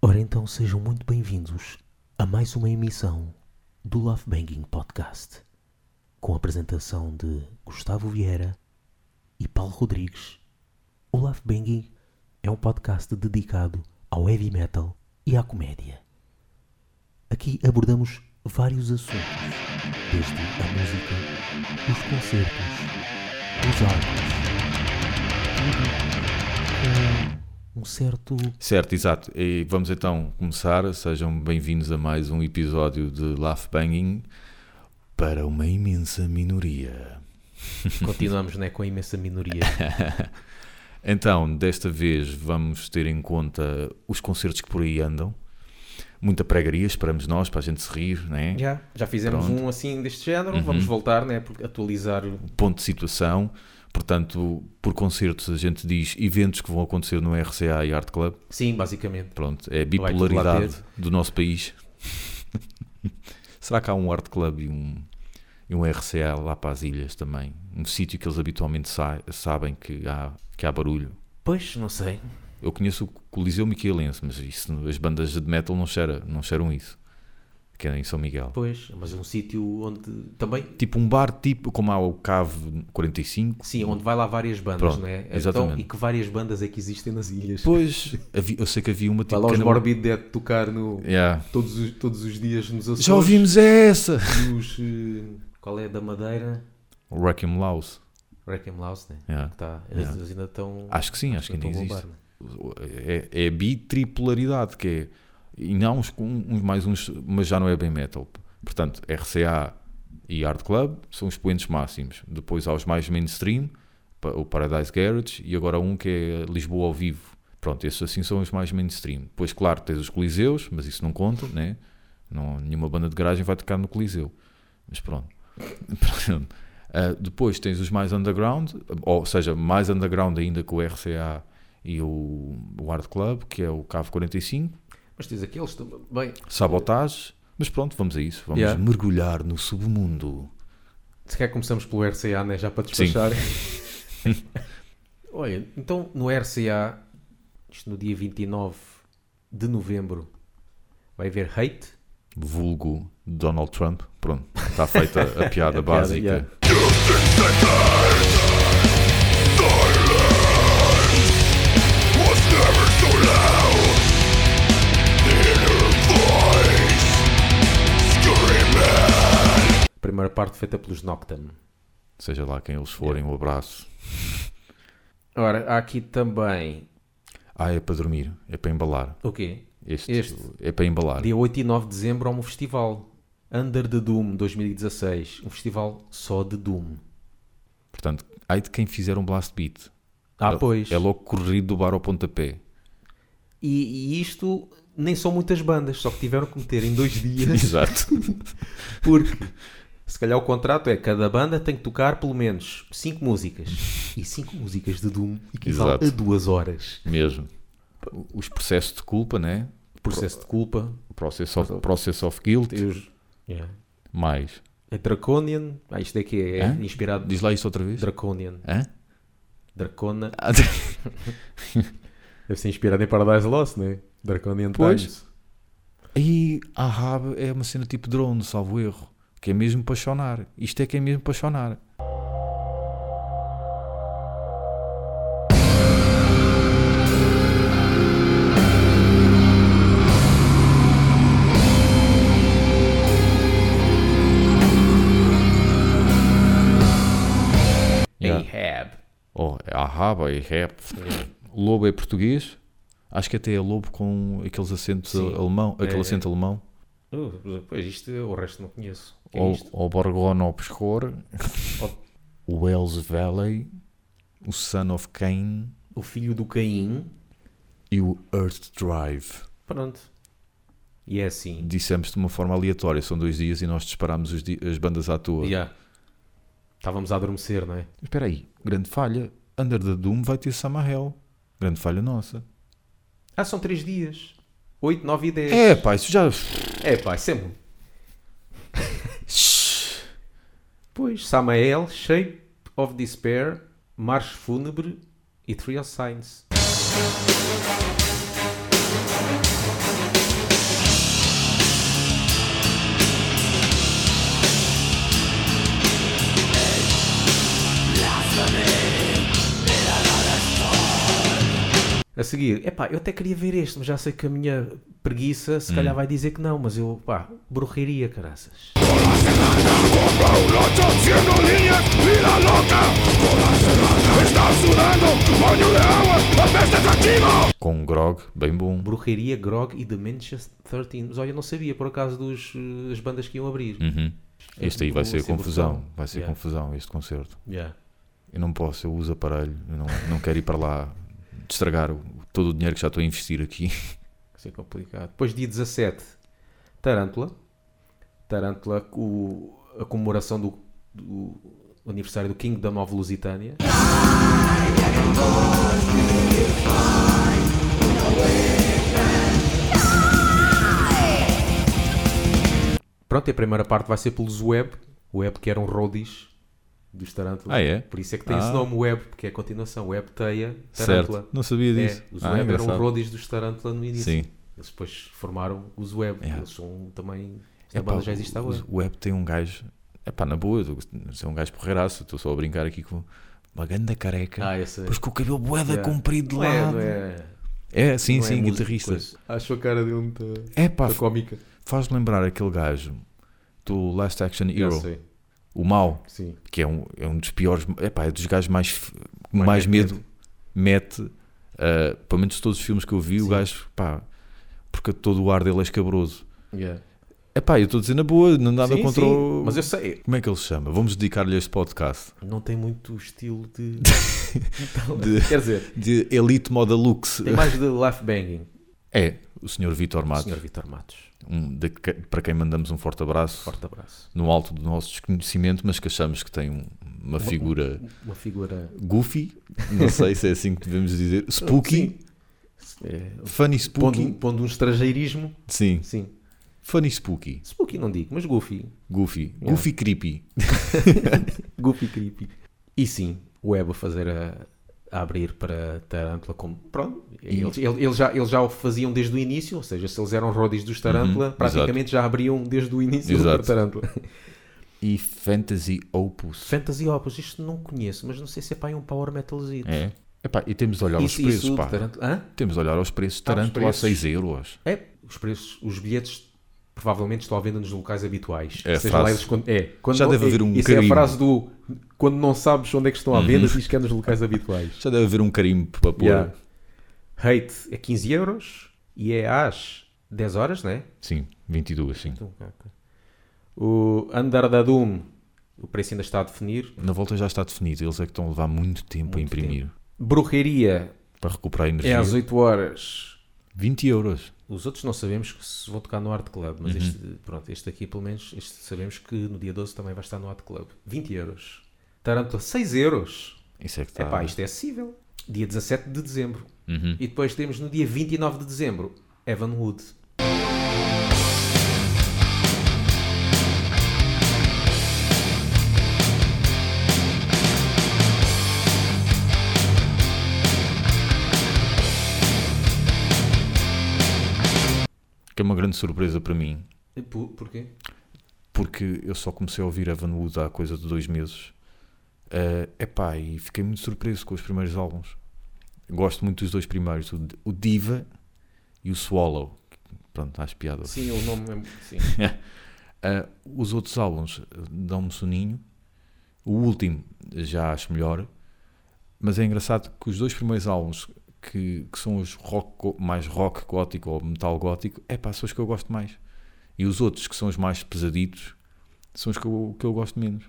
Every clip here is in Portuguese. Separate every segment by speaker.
Speaker 1: Ora então, sejam muito bem-vindos a mais uma emissão do Love Banging Podcast, com a apresentação de Gustavo Vieira e Paulo Rodrigues. O Love Banging é um podcast dedicado ao heavy metal e à comédia. Aqui abordamos vários assuntos, desde a música, os concertos, os álbuns, tudo com um certo
Speaker 2: Certo, exato. E vamos então começar. Sejam bem-vindos a mais um episódio de Laugh Banging para uma imensa minoria.
Speaker 1: Continuamos né, com a imensa minoria.
Speaker 2: Então, desta vez vamos ter em conta os concertos que por aí andam. Muita pregaria, esperamos nós, para a gente se rir, né?
Speaker 1: Já, já fizemos
Speaker 2: Pronto.
Speaker 1: um assim deste género, vamos voltar, né? Porque atualizar.
Speaker 2: Um Ponto de situação. Portanto, por concertos a gente diz eventos que vão acontecer no RCA e Art Club.
Speaker 1: Sim, basicamente.
Speaker 2: Pronto, é a
Speaker 1: tudo lá
Speaker 2: bipolaridade do nosso país. Será que há um art club e um, e um RCA lá para as ilhas também? Um sítio que eles habitualmente sa- sabem que há, que há barulho.
Speaker 1: Pois, não sei.
Speaker 2: Eu conheço o Coliseu Miquelense, mas isso, as bandas de metal não, cheira, não cheiram isso. Que é em São Miguel.
Speaker 1: Pois, mas é um sítio onde também.
Speaker 2: Tipo um bar, tipo como há o Cave 45.
Speaker 1: Sim, onde vai lá várias bandas,
Speaker 2: Pronto,
Speaker 1: né? Então,
Speaker 2: exatamente.
Speaker 1: e que várias bandas é que existem nas ilhas?
Speaker 2: Pois, havia- eu sei que havia uma tipo.
Speaker 1: vai lá os
Speaker 2: que era-
Speaker 1: Morbid Dead tocar no,
Speaker 2: Yeah.
Speaker 1: todos, os, todos os dias nos Açores.
Speaker 2: Já ouvimos essa!
Speaker 1: Nos, eh, qual é? Da Madeira?
Speaker 2: Wrecking Louse.
Speaker 1: Wrecking Louse, né?
Speaker 2: Yeah.
Speaker 1: Que tá,
Speaker 2: Yeah.
Speaker 1: Eles ainda estão.
Speaker 2: Acho que sim, acho que ainda
Speaker 1: estão a
Speaker 2: existe.
Speaker 1: bombar, né?
Speaker 2: é, é bitripolaridade, que é e não uns, um, uns mais uns, mas já não é bem metal. Portanto, RCA e Art Club são os expoentes máximos. Depois há os mais mainstream, pa- o Paradise Garage, e agora um que é Lisboa ao vivo. Pronto, esses assim são os mais mainstream. Depois, claro, tens os Coliseus, mas isso não conta, né? Não, nenhuma banda de garagem vai tocar no Coliseu. Mas pronto. Pronto. Ah, depois tens os mais underground, ou seja, mais underground ainda que o RCA e o, o Art Club, que é o Cavo 45,
Speaker 1: Mas tens aqueles também. Bem,
Speaker 2: Sabotage. Mas pronto, vamos a isso. Vamos
Speaker 1: Yeah.
Speaker 2: mergulhar no submundo.
Speaker 1: Se calhar começamos pelo RCA, né? Já para despachar. Olha, então no RCA, isto no dia 29 de novembro, vai haver hate.
Speaker 2: Vulgo Donald Trump. Pronto, está feita a piada básica.
Speaker 1: yeah. Primeira parte feita pelos Noctem.
Speaker 2: Seja lá quem eles forem, um abraço.
Speaker 1: Ora, há aqui também.
Speaker 2: Ah, é para dormir, é para embalar.
Speaker 1: O quê?
Speaker 2: Este,
Speaker 1: Este.
Speaker 2: é para embalar.
Speaker 1: Dia 8 e 9 de dezembro há um festival. Under the Doom 2016. Um festival só de Doom.
Speaker 2: Portanto, ai de quem fizer um blast beat.
Speaker 1: Ah,
Speaker 2: É-
Speaker 1: pois.
Speaker 2: É logo corrido do bar ao pontapé.
Speaker 1: E, e isto nem são muitas bandas, só que tiveram que meter em dois dias,
Speaker 2: Exato.
Speaker 1: porque se calhar o contrato é cada banda tem que tocar pelo menos cinco músicas. E cinco músicas de Doom equivale
Speaker 2: Exato.
Speaker 1: a duas horas.
Speaker 2: Mesmo. Os processos de culpa, né?
Speaker 1: Processo de culpa.
Speaker 2: Process of, process of guilt.
Speaker 1: Deus. Yeah.
Speaker 2: Mais.
Speaker 1: É Draconian. Ah, isto daqui é, é
Speaker 2: Hã?
Speaker 1: inspirado de
Speaker 2: Diz lá isso outra vez.
Speaker 1: Draconian.
Speaker 2: Hã?
Speaker 1: Dracona.
Speaker 2: Ah,
Speaker 1: Deve ser inspirado em Paradise Lost, né? Draconian
Speaker 2: Pois.
Speaker 1: Times.
Speaker 2: E a rabo é uma cena tipo drone, salvo erro. Que é mesmo para chonar. Isto é que é mesmo para chonar. Yeah.
Speaker 1: Ahab.
Speaker 2: Oh, é a raba, é rap. Lobo é português. Acho que até é lobo com aqueles acentos
Speaker 1: Sim.
Speaker 2: alemão. Aquele
Speaker 1: É,
Speaker 2: acento alemão.
Speaker 1: Uh, pois isto, o resto não conheço. O que é
Speaker 2: ou,
Speaker 1: isto?
Speaker 2: ou Borgona ou Pescor, o Wells Valley, o Son of Cain
Speaker 1: O filho do Caim.
Speaker 2: e o Earth Drive.
Speaker 1: Pronto. E é assim.
Speaker 2: Dissemos de uma forma aleatória, são dois dias e nós disparámos os di- as bandas à toa.
Speaker 1: Já. Estávamos a adormecer, não é?
Speaker 2: Espera aí, grande falha, Under the Doom vai ter Samahel. Grande falha nossa.
Speaker 1: Ah, são 3 dias. 8, 9 e 10.
Speaker 2: É, pá, isso já.
Speaker 1: É pá, isso é muito. Pois, Samael, Shape of Despair, Marche Fúnebre e Three of Signs. A seguir, epá, eu até queria ver este, mas já sei que a minha preguiça se calhar vai dizer que não, mas eu, pá, borreria, caraças.
Speaker 3: Ocho, haciendo líneas, vida loca. Está sudando, baño de agua, apesta atractivo.
Speaker 2: Com um grog bem bom.
Speaker 1: Brujeria, Grog e Dementia 13. Mas olha, eu não sabia por acaso dos, eh, as bandas que iam abrir.
Speaker 2: Uhum. Este aí vai
Speaker 1: Vou
Speaker 2: ser confusão.
Speaker 1: brutal.
Speaker 2: Vai ser
Speaker 1: Yeah.
Speaker 2: confusão este concerto.
Speaker 1: Yeah.
Speaker 2: Eu não posso, eu uso aparelho. Eu não, não quero ir para lá estragar o- todo o dinheiro que já estou a investir aqui.
Speaker 1: Vai ser complicado. Depois, dia 17, Tarântula. Tarântula, o, a comemoração do, do aniversário do Kingdom of Lusitânia. Pronto, e a primeira parte vai ser pelos Web. Web que eram roadies dos Tarântula.
Speaker 2: Ah, é?
Speaker 1: Por isso é que tem
Speaker 2: Ah.
Speaker 1: esse nome Web, porque é a continuação. Web, teia, Tarântula.
Speaker 2: Certo? Não sabia disso.
Speaker 1: É, os
Speaker 2: Ah,
Speaker 1: Web eram
Speaker 2: engraçado.
Speaker 1: roadies dos Tarantula no início.
Speaker 2: Sim.
Speaker 1: Eles depois formaram os Web.
Speaker 2: Yeah.
Speaker 1: Eles são também. Esta
Speaker 2: Epá,
Speaker 1: É banda já existe
Speaker 2: o-
Speaker 1: agora.
Speaker 2: O Web tem um gajo. É pá, na boa, é um gajo porreiraço. Estou só a brincar aqui com uma ganda careca.
Speaker 1: Ah, essa.
Speaker 2: Pois com o cabelo boeda
Speaker 1: Yeah.
Speaker 2: comprido de
Speaker 1: Não é,
Speaker 2: lado.
Speaker 1: não
Speaker 2: É,
Speaker 1: é,
Speaker 2: sim,
Speaker 1: não é
Speaker 2: sim,
Speaker 1: música,
Speaker 2: guitarrista.
Speaker 1: coisa. Acho a cara dele muito, muito
Speaker 2: É pá,
Speaker 1: cómica.
Speaker 2: faz lembrar aquele gajo do Last Action
Speaker 1: Eu
Speaker 2: Hero,
Speaker 1: sei.
Speaker 2: o mau,
Speaker 1: Sim.
Speaker 2: que é um, é um dos piores, é pá, é dos gajos mais, f- que
Speaker 1: Mais
Speaker 2: mais,
Speaker 1: é que
Speaker 2: medo mete, ah, pelo menos todos os filmes que eu vi, o
Speaker 1: Sim.
Speaker 2: gajo, pá, porque todo o ar dele é escabroso.
Speaker 1: Yeah.
Speaker 2: É pá, eu estou dizendo a boa, não nada
Speaker 1: Sim,
Speaker 2: contra
Speaker 1: sim,
Speaker 2: o...
Speaker 1: Mas eu sei.
Speaker 2: Como é que ele se chama? Vamos dedicar-lhe este podcast
Speaker 1: Não tem muito estilo de.
Speaker 2: De-
Speaker 1: Quer dizer,
Speaker 2: de Elite Moda Lux.
Speaker 1: tem mais de life banging.
Speaker 2: É, o Sr. Vitor
Speaker 1: O
Speaker 2: Matos,
Speaker 1: Sr. Vitor Matos.
Speaker 2: um de que- para quem mandamos um forte abraço.
Speaker 1: Forte abraço.
Speaker 2: no alto do nosso desconhecimento, mas que achamos que tem um- uma figura
Speaker 1: Uma figura.
Speaker 2: goofy, não sei se é assim que devemos dizer, spooky,
Speaker 1: Sim. É,
Speaker 2: funny
Speaker 1: pondo,
Speaker 2: spooky,
Speaker 1: um- pondo um estrangeirismo.
Speaker 2: sim,
Speaker 1: Sim.
Speaker 2: funny spooky,
Speaker 1: Spooky não digo, mas goofy.
Speaker 2: goofy,
Speaker 1: Yeah.
Speaker 2: goofy creepy,
Speaker 1: Goofy Creepy. E sim, o Web a fazer a, a abrir para Tarantula como. Pronro, eles, ele- eles já, eles já o faziam desde o início, ou seja, se eles eram rodis dos Tarantula,
Speaker 2: Uhum,
Speaker 1: praticamente já abriam desde o início para
Speaker 2: Exato.
Speaker 1: Tarantula.
Speaker 2: e fantasy opus,
Speaker 1: Fantasy Opus, isto não conheço, mas não sei se é pá, é um power metalzito.
Speaker 2: é, Epá, e temos de olhar
Speaker 1: Isso,
Speaker 2: aos preços,
Speaker 1: isso,
Speaker 2: pá,
Speaker 1: Tarantula. Hã?
Speaker 2: temos de olhar aos preços,
Speaker 1: Ah, os
Speaker 2: tarântula a
Speaker 1: preços.
Speaker 2: 6 euros,
Speaker 1: É, os preços, os bilhetes provavelmente estão à venda nos locais habituais.
Speaker 2: É a
Speaker 1: Seja
Speaker 2: frase.
Speaker 1: lá eles quando- é, quando
Speaker 2: Já
Speaker 1: não-
Speaker 2: deve
Speaker 1: é,
Speaker 2: haver um
Speaker 1: Isso é a
Speaker 2: carimbo.
Speaker 1: frase do quando não sabes onde é que estão à venda,
Speaker 2: Uhum.
Speaker 1: diz que é nos locais habituais.
Speaker 2: já deve haver um carimbo para pôr,
Speaker 1: Yeah. Hate é 15 euros e é às 10 horas, né?
Speaker 2: sim, 22, sim.
Speaker 1: Então, O Under the Doom, o preço ainda está a definir.
Speaker 2: Na volta já está definido, eles é que estão a levar muito tempo a imprimir
Speaker 1: Brujeria
Speaker 2: para recuperar a
Speaker 1: é
Speaker 2: energia.
Speaker 1: às 8 horas.
Speaker 2: 20 euros.
Speaker 1: Os outros não sabemos se vão tocar no Art Club, mas este, pronto, este aqui pelo menos este sabemos que no dia 12 também vai estar no Art Club. 20 euros. Tarantula, 6 euros.
Speaker 2: Isso é que
Speaker 1: É
Speaker 2: está.
Speaker 1: Epá, isto é acessível. Dia 17 de dezembro.
Speaker 2: Uhum.
Speaker 1: E depois temos no dia 29 de dezembro, Evan Wood.
Speaker 2: Que é uma grande surpresa para mim.
Speaker 1: E por- porquê?
Speaker 2: porque eu só comecei a ouvir Evan Wood há coisa de dois meses. Eh, epá, e fiquei muito surpreso com os primeiros álbuns. Gosto muito dos dois primeiros, o, D- o Diva e o Swallow. Pronto, acho piada.
Speaker 1: Sim, o nome é. Sim.
Speaker 2: Eh, os outros álbuns eh, dão-me soninho. O último já acho melhor. Mas é engraçado que os dois primeiros álbuns, que, que são os rock, go- mais rock gótico ou metal gótico, é pá, são os que eu gosto mais. E os outros, que são os mais pesaditos, são os que eu, que eu gosto menos.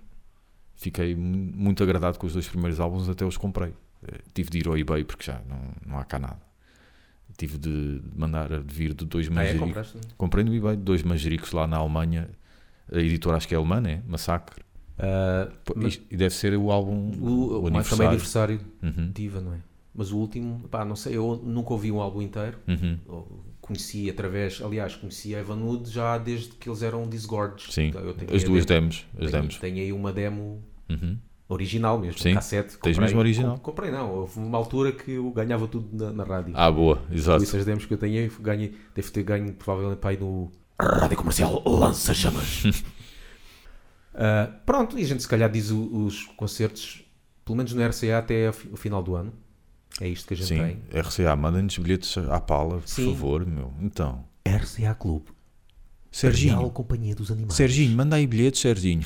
Speaker 2: Fiquei mu- muito agradado com os dois primeiros álbuns, até os comprei. Eh, tive de ir ao eBay porque já não, não há cá nada. Tive de mandar a vir de dois
Speaker 1: Ah, é?
Speaker 2: manjericos.
Speaker 1: Compraste?
Speaker 2: Comprei no eBay dois manjericos lá na Alemanha. A editora acho que é alemã, né? Massacre. Pô,
Speaker 1: mas-
Speaker 2: isto- E deve ser Ah, o álbum.
Speaker 1: o,
Speaker 2: O,
Speaker 1: mas também é
Speaker 2: aniversário.
Speaker 1: aniversário
Speaker 2: Uhum,
Speaker 1: Diva, não é? Mas o último, pá, não sei, eu nunca ouvi um álbum inteiro.
Speaker 2: uhum.
Speaker 1: Ou Conheci através, aliás, conheci a Evan Wood já desde que eles eram Disgorge.
Speaker 2: Sim.
Speaker 1: Então, eu tenho
Speaker 2: As
Speaker 1: aí a
Speaker 2: duas
Speaker 1: demo-
Speaker 2: demos. As
Speaker 1: tenho,
Speaker 2: demos.
Speaker 1: tenho aí uma demo
Speaker 2: Uhum.
Speaker 1: original mesmo,
Speaker 2: Sim.
Speaker 1: cassete.
Speaker 2: Tens mesmo original?
Speaker 1: com- Comprei não, houve uma altura que eu ganhava tudo na, na rádio.
Speaker 2: Ah, boa,
Speaker 1: Por
Speaker 2: exato.
Speaker 1: isso as demos que eu tenho aí, ganhei, devo ter ganho provavelmente para aí no Rádio Comercial Lança Chamas. Ah, pronto, e a gente se calhar diz o- os concertos, pelo menos no RCA até ao fi- o final do ano. É isto que a gente
Speaker 2: Sim,
Speaker 1: tem.
Speaker 2: RCA, manda-nos bilhetes à pala, por
Speaker 1: Sim.
Speaker 2: favor, meu. Então,
Speaker 1: RCA Clube. Real
Speaker 2: Serginho,
Speaker 1: Companhia dos Animais.
Speaker 2: Serginho, manda aí bilhetes, Serginho.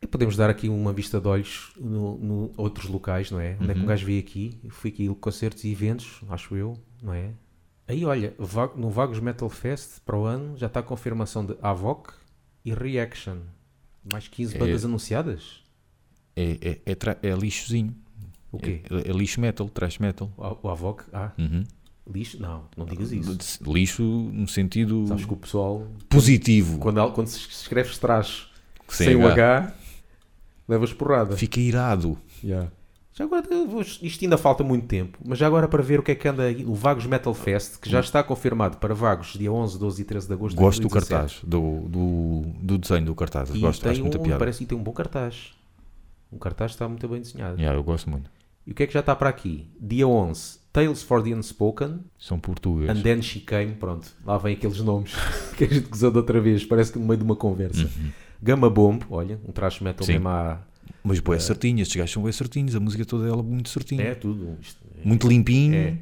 Speaker 1: E podemos dar aqui uma vista de olhos no, no outros locais, não é? Onde é
Speaker 2: Uhum.
Speaker 1: que um gajo veio aqui? Eu Fui aqui a concertos e eventos, acho eu, não é? Aí olha, Va- no Vagos Metal Fest para o ano já está a confirmação de Avoc e Reaction. Mais 15
Speaker 2: É.
Speaker 1: bandas anunciadas?
Speaker 2: É, é, é, tra- é lixozinho.
Speaker 1: O quê?
Speaker 2: É, é lixo metal, trash metal.
Speaker 1: O A- o Avoc? Ah,
Speaker 2: Uhum.
Speaker 1: lixo? Não, não digas isso.
Speaker 2: Lixo no sentido
Speaker 1: Sabes que o pessoal,
Speaker 2: positivo.
Speaker 1: quando, al- quando se escreve trash
Speaker 2: Sem
Speaker 1: sem, o
Speaker 2: H.
Speaker 1: H, levas porrada.
Speaker 2: Fica irado.
Speaker 1: Já agora, eu vou- isto ainda falta muito tempo, mas já agora para ver o que é que anda aí, o Vagos Metal Fest, que já está confirmado para Vagos, dia 11, 12 e 13 de agosto. de
Speaker 2: Hum. Gosto do
Speaker 1: 2017.
Speaker 2: cartaz, do, do, do desenho do cartaz.
Speaker 1: E
Speaker 2: gosto, acho
Speaker 1: tem,
Speaker 2: muita
Speaker 1: um,
Speaker 2: piada.
Speaker 1: parece, e tem um bom cartaz. O cartaz está muito bem desenhado.
Speaker 2: Yeah, eu gosto muito.
Speaker 1: E o que é que já está para aqui? Dia 11, Tales for the Unspoken,
Speaker 2: São portugueses.
Speaker 1: and then she came, pronto, lá vem aqueles nomes que a gente gozou da outra vez, parece que no meio de uma conversa. Gama Bomb, olha, um trash metal
Speaker 2: Uhum. Sim.
Speaker 1: mesmo à...
Speaker 2: Mas boé certinho, estes gajos são bem certinhos. A música toda ela é muito certinha.
Speaker 1: É tudo. Isto,
Speaker 2: Muito limpinho.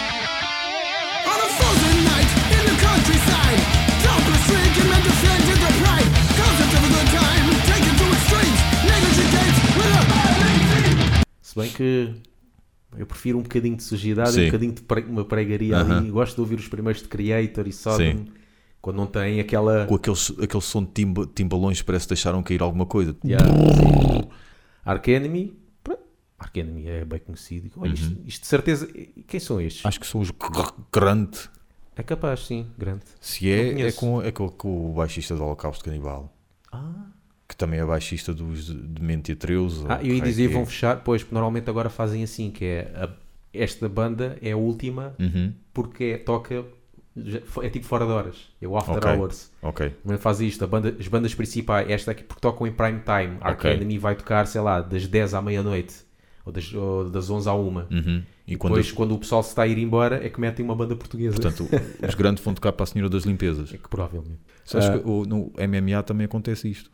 Speaker 4: On a frozen night in the countryside, helpless raging men defending their pride. Concept of a good time, taken to extremes. Negligent gates with a
Speaker 1: Se bem que eu prefiro um bocadinho de sujidade,
Speaker 2: Sim.
Speaker 1: um bocadinho de pre- uma pregaria ali. Gosto de ouvir os primeiros de Creator e Sodom quando não tem aquela.
Speaker 2: Com aquele, aquele som de timba, timbalões, parece que deixaram cair alguma coisa.
Speaker 1: Yeah, sim. Ark Enemy. Pr- Ark Enemy é bem conhecido. Olha,
Speaker 2: Uhum.
Speaker 1: isto, isto de certeza. Quem são estes?
Speaker 2: Acho que são os gr- grande.
Speaker 1: É capaz, sim, grande.
Speaker 2: Se
Speaker 1: Não
Speaker 2: é, é
Speaker 1: conheço.
Speaker 2: com, é com, com o baixista do Holocausto Canibal. Que também é baixista dos Demente 13.
Speaker 1: Ah, eu ia dizer, vão fechar, pois, porque normalmente agora fazem assim, que é a- esta banda é a última
Speaker 2: Hum. Uhum.
Speaker 1: porque é- toca, já- é tipo fora de horas, é o After
Speaker 2: Ok.
Speaker 1: Hours.
Speaker 2: Ok.
Speaker 1: Não faz isto, a banda- as bandas principais, esta aqui, porque tocam em prime time, a
Speaker 2: Ok.
Speaker 1: Academy vai tocar, sei lá, das 10 à meia-noite, ou das, ou das 11 à 1.
Speaker 2: Uhum. E quando
Speaker 1: Depois, quando o pessoal se está a ir embora, é que metem uma banda portuguesa.
Speaker 2: Portanto, os grandes vão tocar para a Senhora das Limpezas.
Speaker 1: é que provavelmente.
Speaker 2: Sabes que o- no MMA também acontece isto.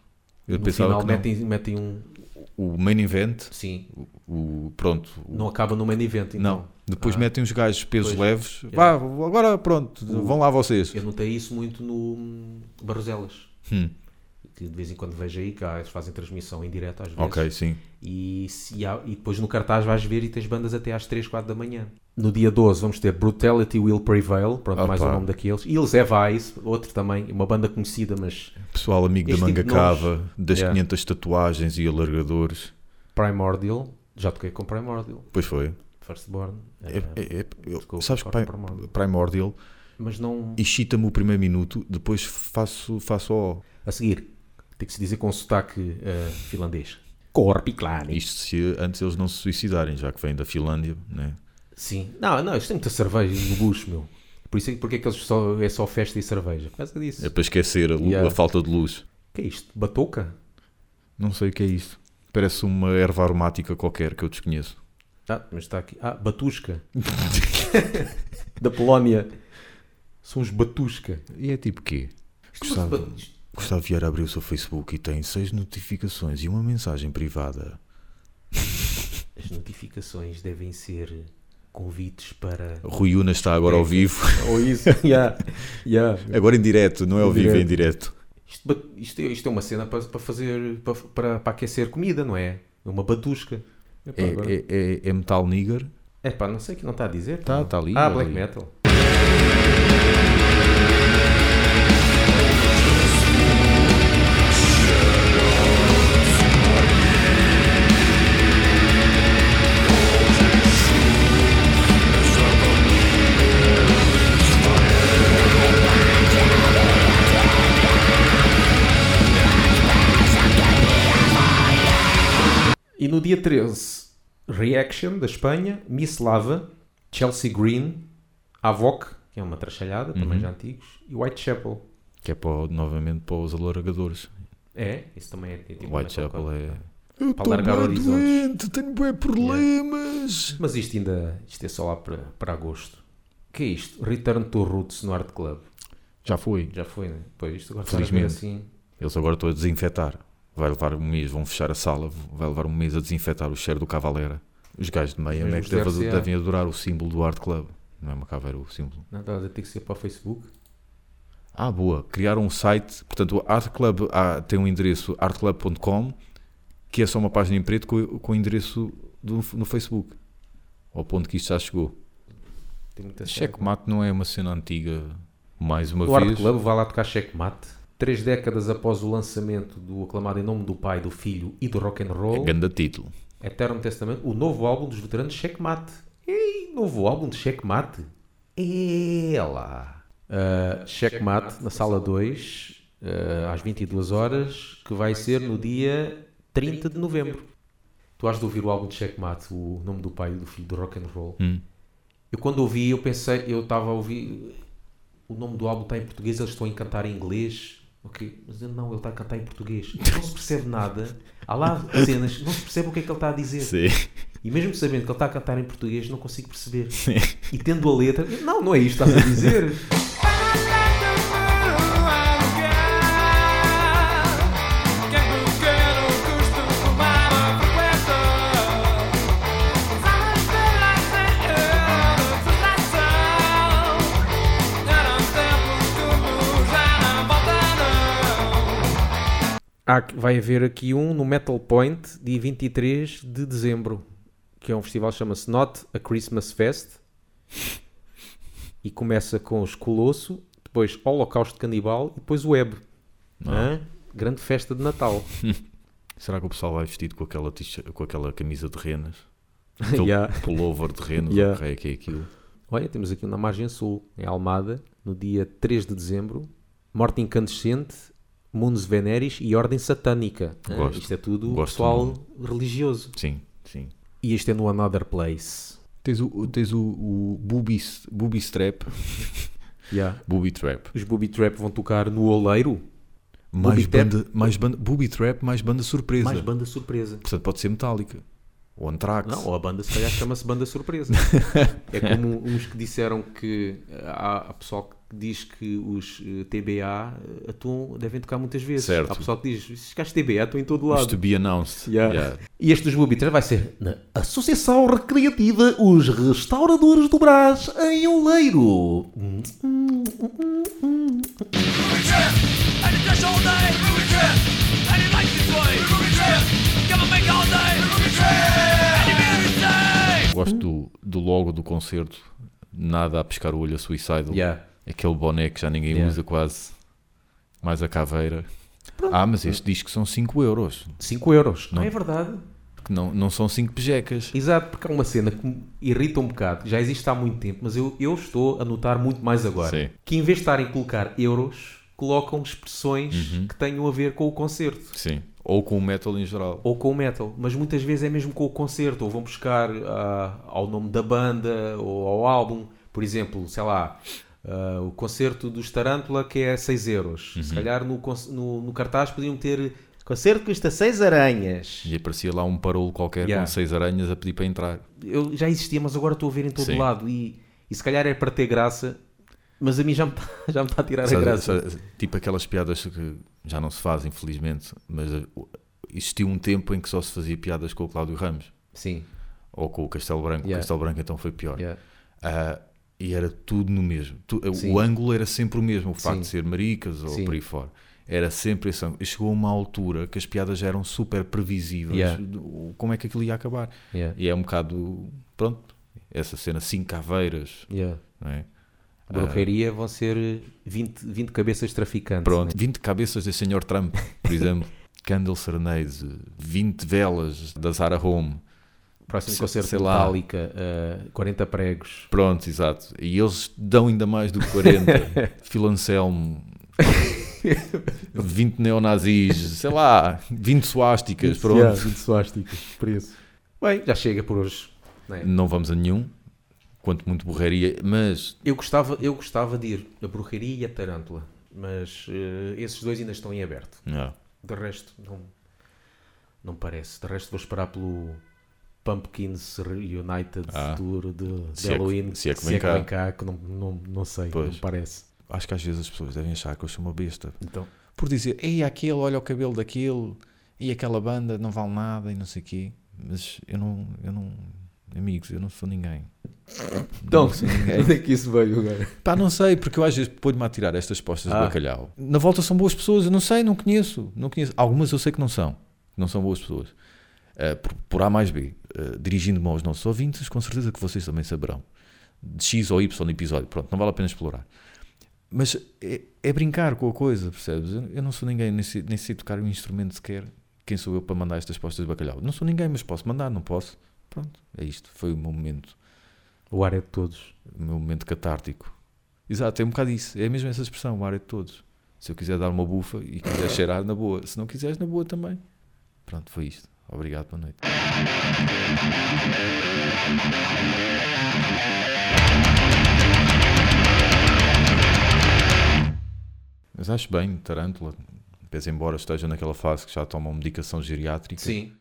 Speaker 2: Eu
Speaker 1: Ah. No
Speaker 2: pensava
Speaker 1: final
Speaker 2: que não.
Speaker 1: metem, metem um.
Speaker 2: o main event,
Speaker 1: Sim,
Speaker 2: o, pronto, o-
Speaker 1: não acaba no main event. Então.
Speaker 2: não. Depois metem os gajos pesos
Speaker 1: Pois. É.
Speaker 2: leves. Vá, agora pronto, vão lá vocês.
Speaker 1: Eu notei isso muito no Barroselas.
Speaker 2: Hum.
Speaker 1: Que de vez em quando vejo aí, cá eles fazem transmissão em direto às vezes.
Speaker 2: Ok, sim.
Speaker 1: E, se há- e depois no cartaz vais ver e tens bandas até às 3, 4 da manhã. No dia 12 vamos ter Brutality Will Prevail, pronto, mais
Speaker 2: Opa.
Speaker 1: um nome daqueles. E eles é Vice, outro também, uma banda conhecida, mas
Speaker 2: Pessoal amigo
Speaker 1: Este
Speaker 2: da manga
Speaker 1: tipo de nomes.
Speaker 2: cava, das
Speaker 1: Yeah.
Speaker 2: 500 tatuagens e alargadores.
Speaker 1: Primordial, já toquei com Primordial,
Speaker 2: Pois foi.
Speaker 1: Firstborn.
Speaker 2: É-
Speaker 1: eh,
Speaker 2: é- é- eu-
Speaker 1: Desculpa,
Speaker 2: sabes que
Speaker 1: corta
Speaker 2: Pri-
Speaker 1: para Primordial.
Speaker 2: Primordial
Speaker 1: Mas não.
Speaker 2: excita-me o primeiro minuto, depois faço, faço ó.
Speaker 1: A seguir, tem que se dizer com sotaque eh, finlandês. Korpiklani.
Speaker 2: Isto se antes eles não se suicidarem, já que vêm da Finlândia, né?
Speaker 1: Sim. Não, não, isto tem muita cerveja no bucho, meu. Por isso é que porque é que eles só, é só festa e cerveja? Por causa disso.
Speaker 2: É para esquecer a, lu-
Speaker 1: Yeah.
Speaker 2: a falta de luz.
Speaker 1: que é isto? Batuca?
Speaker 2: Não sei o que é isso. Parece uma erva aromática qualquer que eu desconheço.
Speaker 1: Ah, mas está aqui. Ah, Batusca. da Polónia. São os Batusca.
Speaker 2: E é tipo quê?
Speaker 1: Gostava.
Speaker 2: Gustavo, Gustavo Vieira abriu o seu Facebook e tem seis notificações e uma mensagem privada.
Speaker 1: As notificações devem ser convites para.
Speaker 2: Rui Una está agora ao vivo.
Speaker 1: Ou isso. yeah. Yeah.
Speaker 2: Agora em direto, não é ao vivo, é em direto.
Speaker 1: Isto, ba- isto, é- isto é uma cena para, para fazer. Para, para, para aquecer comida, não é? É Uma batusca. Epá, agora-
Speaker 2: É, é- é- é metal nigger.
Speaker 1: É pá, não sei o que não está a dizer.
Speaker 2: Tá, tá ali,
Speaker 1: Ah,
Speaker 2: tá
Speaker 1: black
Speaker 2: ali.
Speaker 1: metal. E no dia 13, Reaction da Espanha, Miss Lava, Chelsea Green, Avoc, que é uma trachalhada,
Speaker 2: Uhum.
Speaker 1: também já antigos, e Whitechapel.
Speaker 2: Que é para, o- novamente para os alargadores.
Speaker 1: É, isso também é, é tipo
Speaker 2: Whitechapel
Speaker 1: metalcore.
Speaker 2: é. Eu
Speaker 1: Para alargar bué horizontes.
Speaker 2: tenho bem problemas.
Speaker 1: Mas isto ainda isto é só lá para, para agosto. que é isto? Return to Roots no Art Club.
Speaker 2: Já foi.
Speaker 1: Já foi, né? Pois isto agora
Speaker 2: Felizmente.
Speaker 1: está a ver assim.
Speaker 2: Eles agora estão a desinfetar. Vai levar um mês, vão fechar a sala, vai levar um mês a desinfetar o cheiro do Cavalera. Os gajos de meia
Speaker 1: Mesmo
Speaker 2: é que
Speaker 1: os
Speaker 2: devem,
Speaker 1: do RCA.
Speaker 2: devem adorar o símbolo do Art Club. Não é uma caveira o símbolo.
Speaker 1: Não, estás a ter que ser para o Facebook.
Speaker 2: Ah, boa. Criaram um site. Portanto, o Art Club ah, tem um endereço artclub.com que é só uma página em preto com, com o endereço do, no Facebook. Ao ponto que isto já chegou.
Speaker 1: Tem muita sorte.
Speaker 2: Checkmate não é uma cena antiga. Mais uma
Speaker 1: O
Speaker 2: vez.
Speaker 1: Art Club vai lá tocar checkmate. Três décadas após o lançamento do aclamado Em Nome do Pai, do Filho e do Rock and
Speaker 2: É
Speaker 1: Roll,
Speaker 2: grande título.
Speaker 1: Eterno Testamento, o novo álbum dos veteranos Checkmate. Ei, novo álbum de Checkmate? Ela! Uh, Checkmate, na sala 2, uh, às 22 horas, que vai ser no dia 30 de novembro. Tu has de ouvir o álbum de Checkmate, o nome do pai e do filho do rock and roll.
Speaker 2: Hum.
Speaker 1: Eu quando ouvi, eu pensei, eu estava a ouvir, o nome do álbum está em português, eles estão a cantar em inglês. Ok, mas eu, não, ele está a cantar em português. Não se percebe nada. Há lá cenas, não se percebe o que é que ele está a dizer.
Speaker 2: Sim.
Speaker 1: E mesmo sabendo que ele está a cantar em português, não consigo perceber. E tendo a letra, eu, não, não é isto que estás a dizer. Há- vai haver aqui um no Metal Point, dia 23 de dezembro, que é um festival que chama-se Not a Christmas Fest. E começa com os Colosso, depois Holocausto Canibal e depois Web. Hã? Grande festa de Natal.
Speaker 2: Será que o pessoal vai vestido com aquela, tixa- com aquela camisa de renas? Aquele
Speaker 1: Yeah.
Speaker 2: pullover de renas,
Speaker 1: Yeah.
Speaker 2: o que é que é aquilo?
Speaker 1: Olha, temos aqui na margem sul, em Almada, no dia 3 de dezembro, Morte Incandescente, Mundos Veneris e Ordem Satânica. Hã?
Speaker 2: Gosto.
Speaker 1: Isto é tudo
Speaker 2: Gosto
Speaker 1: pessoal religioso.
Speaker 2: Sim, sim.
Speaker 1: E este é no Another Place.
Speaker 2: Tens o, tens o, o booby, booby strap.
Speaker 1: Yeah.
Speaker 2: Booby trap.
Speaker 1: Os Booby Trap vão tocar no Oleiro.
Speaker 2: Mais
Speaker 1: Booby trap.
Speaker 2: banda, mais banda, booby trap, mais banda surpresa.
Speaker 4: Mais banda surpresa.
Speaker 2: Portanto, pode ser metálica. Ou Anthrax.
Speaker 1: Não, ou a banda se calhar chama-se Banda Surpresa. é como uns que disseram que eh, há, há pessoal que diz que os eh, TBA eh, atuam, devem tocar muitas vezes.
Speaker 2: Certo.
Speaker 1: Há pessoal que diz, esses gajos TBA estão em todo
Speaker 2: Os
Speaker 1: lado.
Speaker 2: to be announced.
Speaker 1: Yeah.
Speaker 2: Yeah.
Speaker 1: E este dos Booby Trap vai ser
Speaker 4: Na Associação Recreativa Os Restauradores do Brás em Oleiro.
Speaker 2: Gosto do, do logo do concerto. Nada a pescar o olho a Suicidal.
Speaker 1: Yeah.
Speaker 2: Aquele boné que já ninguém
Speaker 1: Yeah.
Speaker 2: usa quase. Mais a caveira. Ah, mas este disco são 5 euros.
Speaker 1: 5 euros.
Speaker 2: Não.
Speaker 1: é verdade.
Speaker 2: Que não, não são 5 pejecas.
Speaker 1: Exato, porque é uma cena que me irrita um bocado, que já existe há muito tempo, mas eu, eu estou a notar muito mais agora.
Speaker 2: Sim.
Speaker 1: Que em vez de estarem a colocar euros, colocam expressões que tenham a ver com o concerto.
Speaker 2: Sim. Ou com o metal em geral.
Speaker 1: Ou com o metal, mas muitas vezes é mesmo com o concerto, ou vão buscar ah, ao nome da banda ou ao álbum, por exemplo, sei lá, ah, o concerto dos Tarântula que é 6 euros.
Speaker 2: Uhum.
Speaker 1: Se calhar no, conce- no- no cartaz podiam ter concerto que custa 6 aranhas.
Speaker 2: E aparecia lá um parolo qualquer
Speaker 1: Yeah.
Speaker 2: com seis aranhas a pedir para entrar.
Speaker 1: eu já existia, mas agora estou a ver em todo
Speaker 2: Sim.
Speaker 1: lado e, e se calhar é para ter graça, mas a mim já me está já me tá a tirar a
Speaker 2: Sabe-
Speaker 1: graça.
Speaker 2: sabe- tipo aquelas piadas que já não se faz, infelizmente, mas eh, o- existiu um tempo em que só se fazia piadas com o Cláudio Ramos
Speaker 1: Sim,
Speaker 2: ou com o Castelo Branco.
Speaker 1: Yeah.
Speaker 2: O Castelo Branco então foi pior.
Speaker 1: yeah.
Speaker 2: Ah, e era tudo no mesmo. Tu-
Speaker 1: Sim.
Speaker 2: o ângulo era sempre o mesmo, o facto
Speaker 1: Sim.
Speaker 2: de ser maricas ou
Speaker 1: Sim.
Speaker 2: por aí fora. Era sempre esse ângulo. E chegou uma altura que as piadas já eram super previsíveis.
Speaker 1: Yeah.
Speaker 2: do- Como é que aquilo ia acabar?
Speaker 1: Yeah.
Speaker 2: E é um bocado. Pronto, essa cena, cinco caveiras,
Speaker 1: yeah.
Speaker 2: não é?
Speaker 1: Brocaria vão ser 20, 20 cabeças traficantes.
Speaker 2: Pronto,
Speaker 1: né?
Speaker 2: 20 cabeças de Sr. Trump, por exemplo. Candle Serenades, 20 velas da Zara Home.
Speaker 1: Próximo
Speaker 2: Se-
Speaker 1: concerto
Speaker 2: sei lá.
Speaker 1: Metallica, ah, 40 pregos.
Speaker 2: Pronto, exato. E eles dão ainda mais do que 40. Phil Anselmo, 20 neonazis, sei lá, 20 suásticas, pronto.
Speaker 1: Bem, já chega por hoje. né?
Speaker 2: Não é? vamos a nenhum, quanto muito borraria, mas
Speaker 1: Eu, gostava, eu gostava de ir a Brocaria e a Tarântula, mas eh, esses dois ainda estão em aberto.
Speaker 2: não.
Speaker 1: De resto, não, não parece. De resto, vou esperar pelo Pumpkins Reunited
Speaker 2: Ah.
Speaker 1: Tour de, de
Speaker 2: Se é que-
Speaker 1: Halloween.
Speaker 2: se é que vem cá.
Speaker 1: que não, não, não sei,
Speaker 2: Pois.
Speaker 1: não parece.
Speaker 2: acho que às vezes as pessoas devem achar que eu sou uma besta.
Speaker 1: Então,
Speaker 2: Por dizer, ei, aquele, olha o cabelo daquele, e aquela banda não vale nada e não sei o quê. Mas eu não, eu não, Amigos, eu não sou ninguém.
Speaker 5: Então, onde é que isso veio agora?
Speaker 2: Pá, não sei, porque eu às vezes ponho-me a tirar estas postas
Speaker 5: Ah.
Speaker 2: de bacalhau. Na volta são boas pessoas, eu não sei, não conheço, não conheço. Algumas eu sei que não são, que não são boas pessoas. Ah, por, por A mais B, Ah, dirigindo-me aos nossos ouvintes, com certeza que vocês também saberão. De X ou Y no episódio, pronto, não vale a pena explorar. Mas é, é brincar com a coisa, percebes? Eu, eu não sou ninguém, nem sei, nem sei tocar um instrumento sequer. Quem sou eu para mandar estas postas de bacalhau? Não sou ninguém, mas posso mandar, não posso. Pronto, é isto. Foi o meu momento
Speaker 5: O ar é de todos.
Speaker 2: o meu momento catártico. Exato, é um bocado isso. É mesmo essa expressão, o ar é de todos. Se eu quiser dar uma bufa e quiser cheirar, na boa. Se não quiseres, na boa também. Pronto, foi isto. Obrigado, boa noite. Mas acho bem, Tarântula, pese embora esteja naquela fase que já toma uma medicação geriátrica,
Speaker 5: Sim.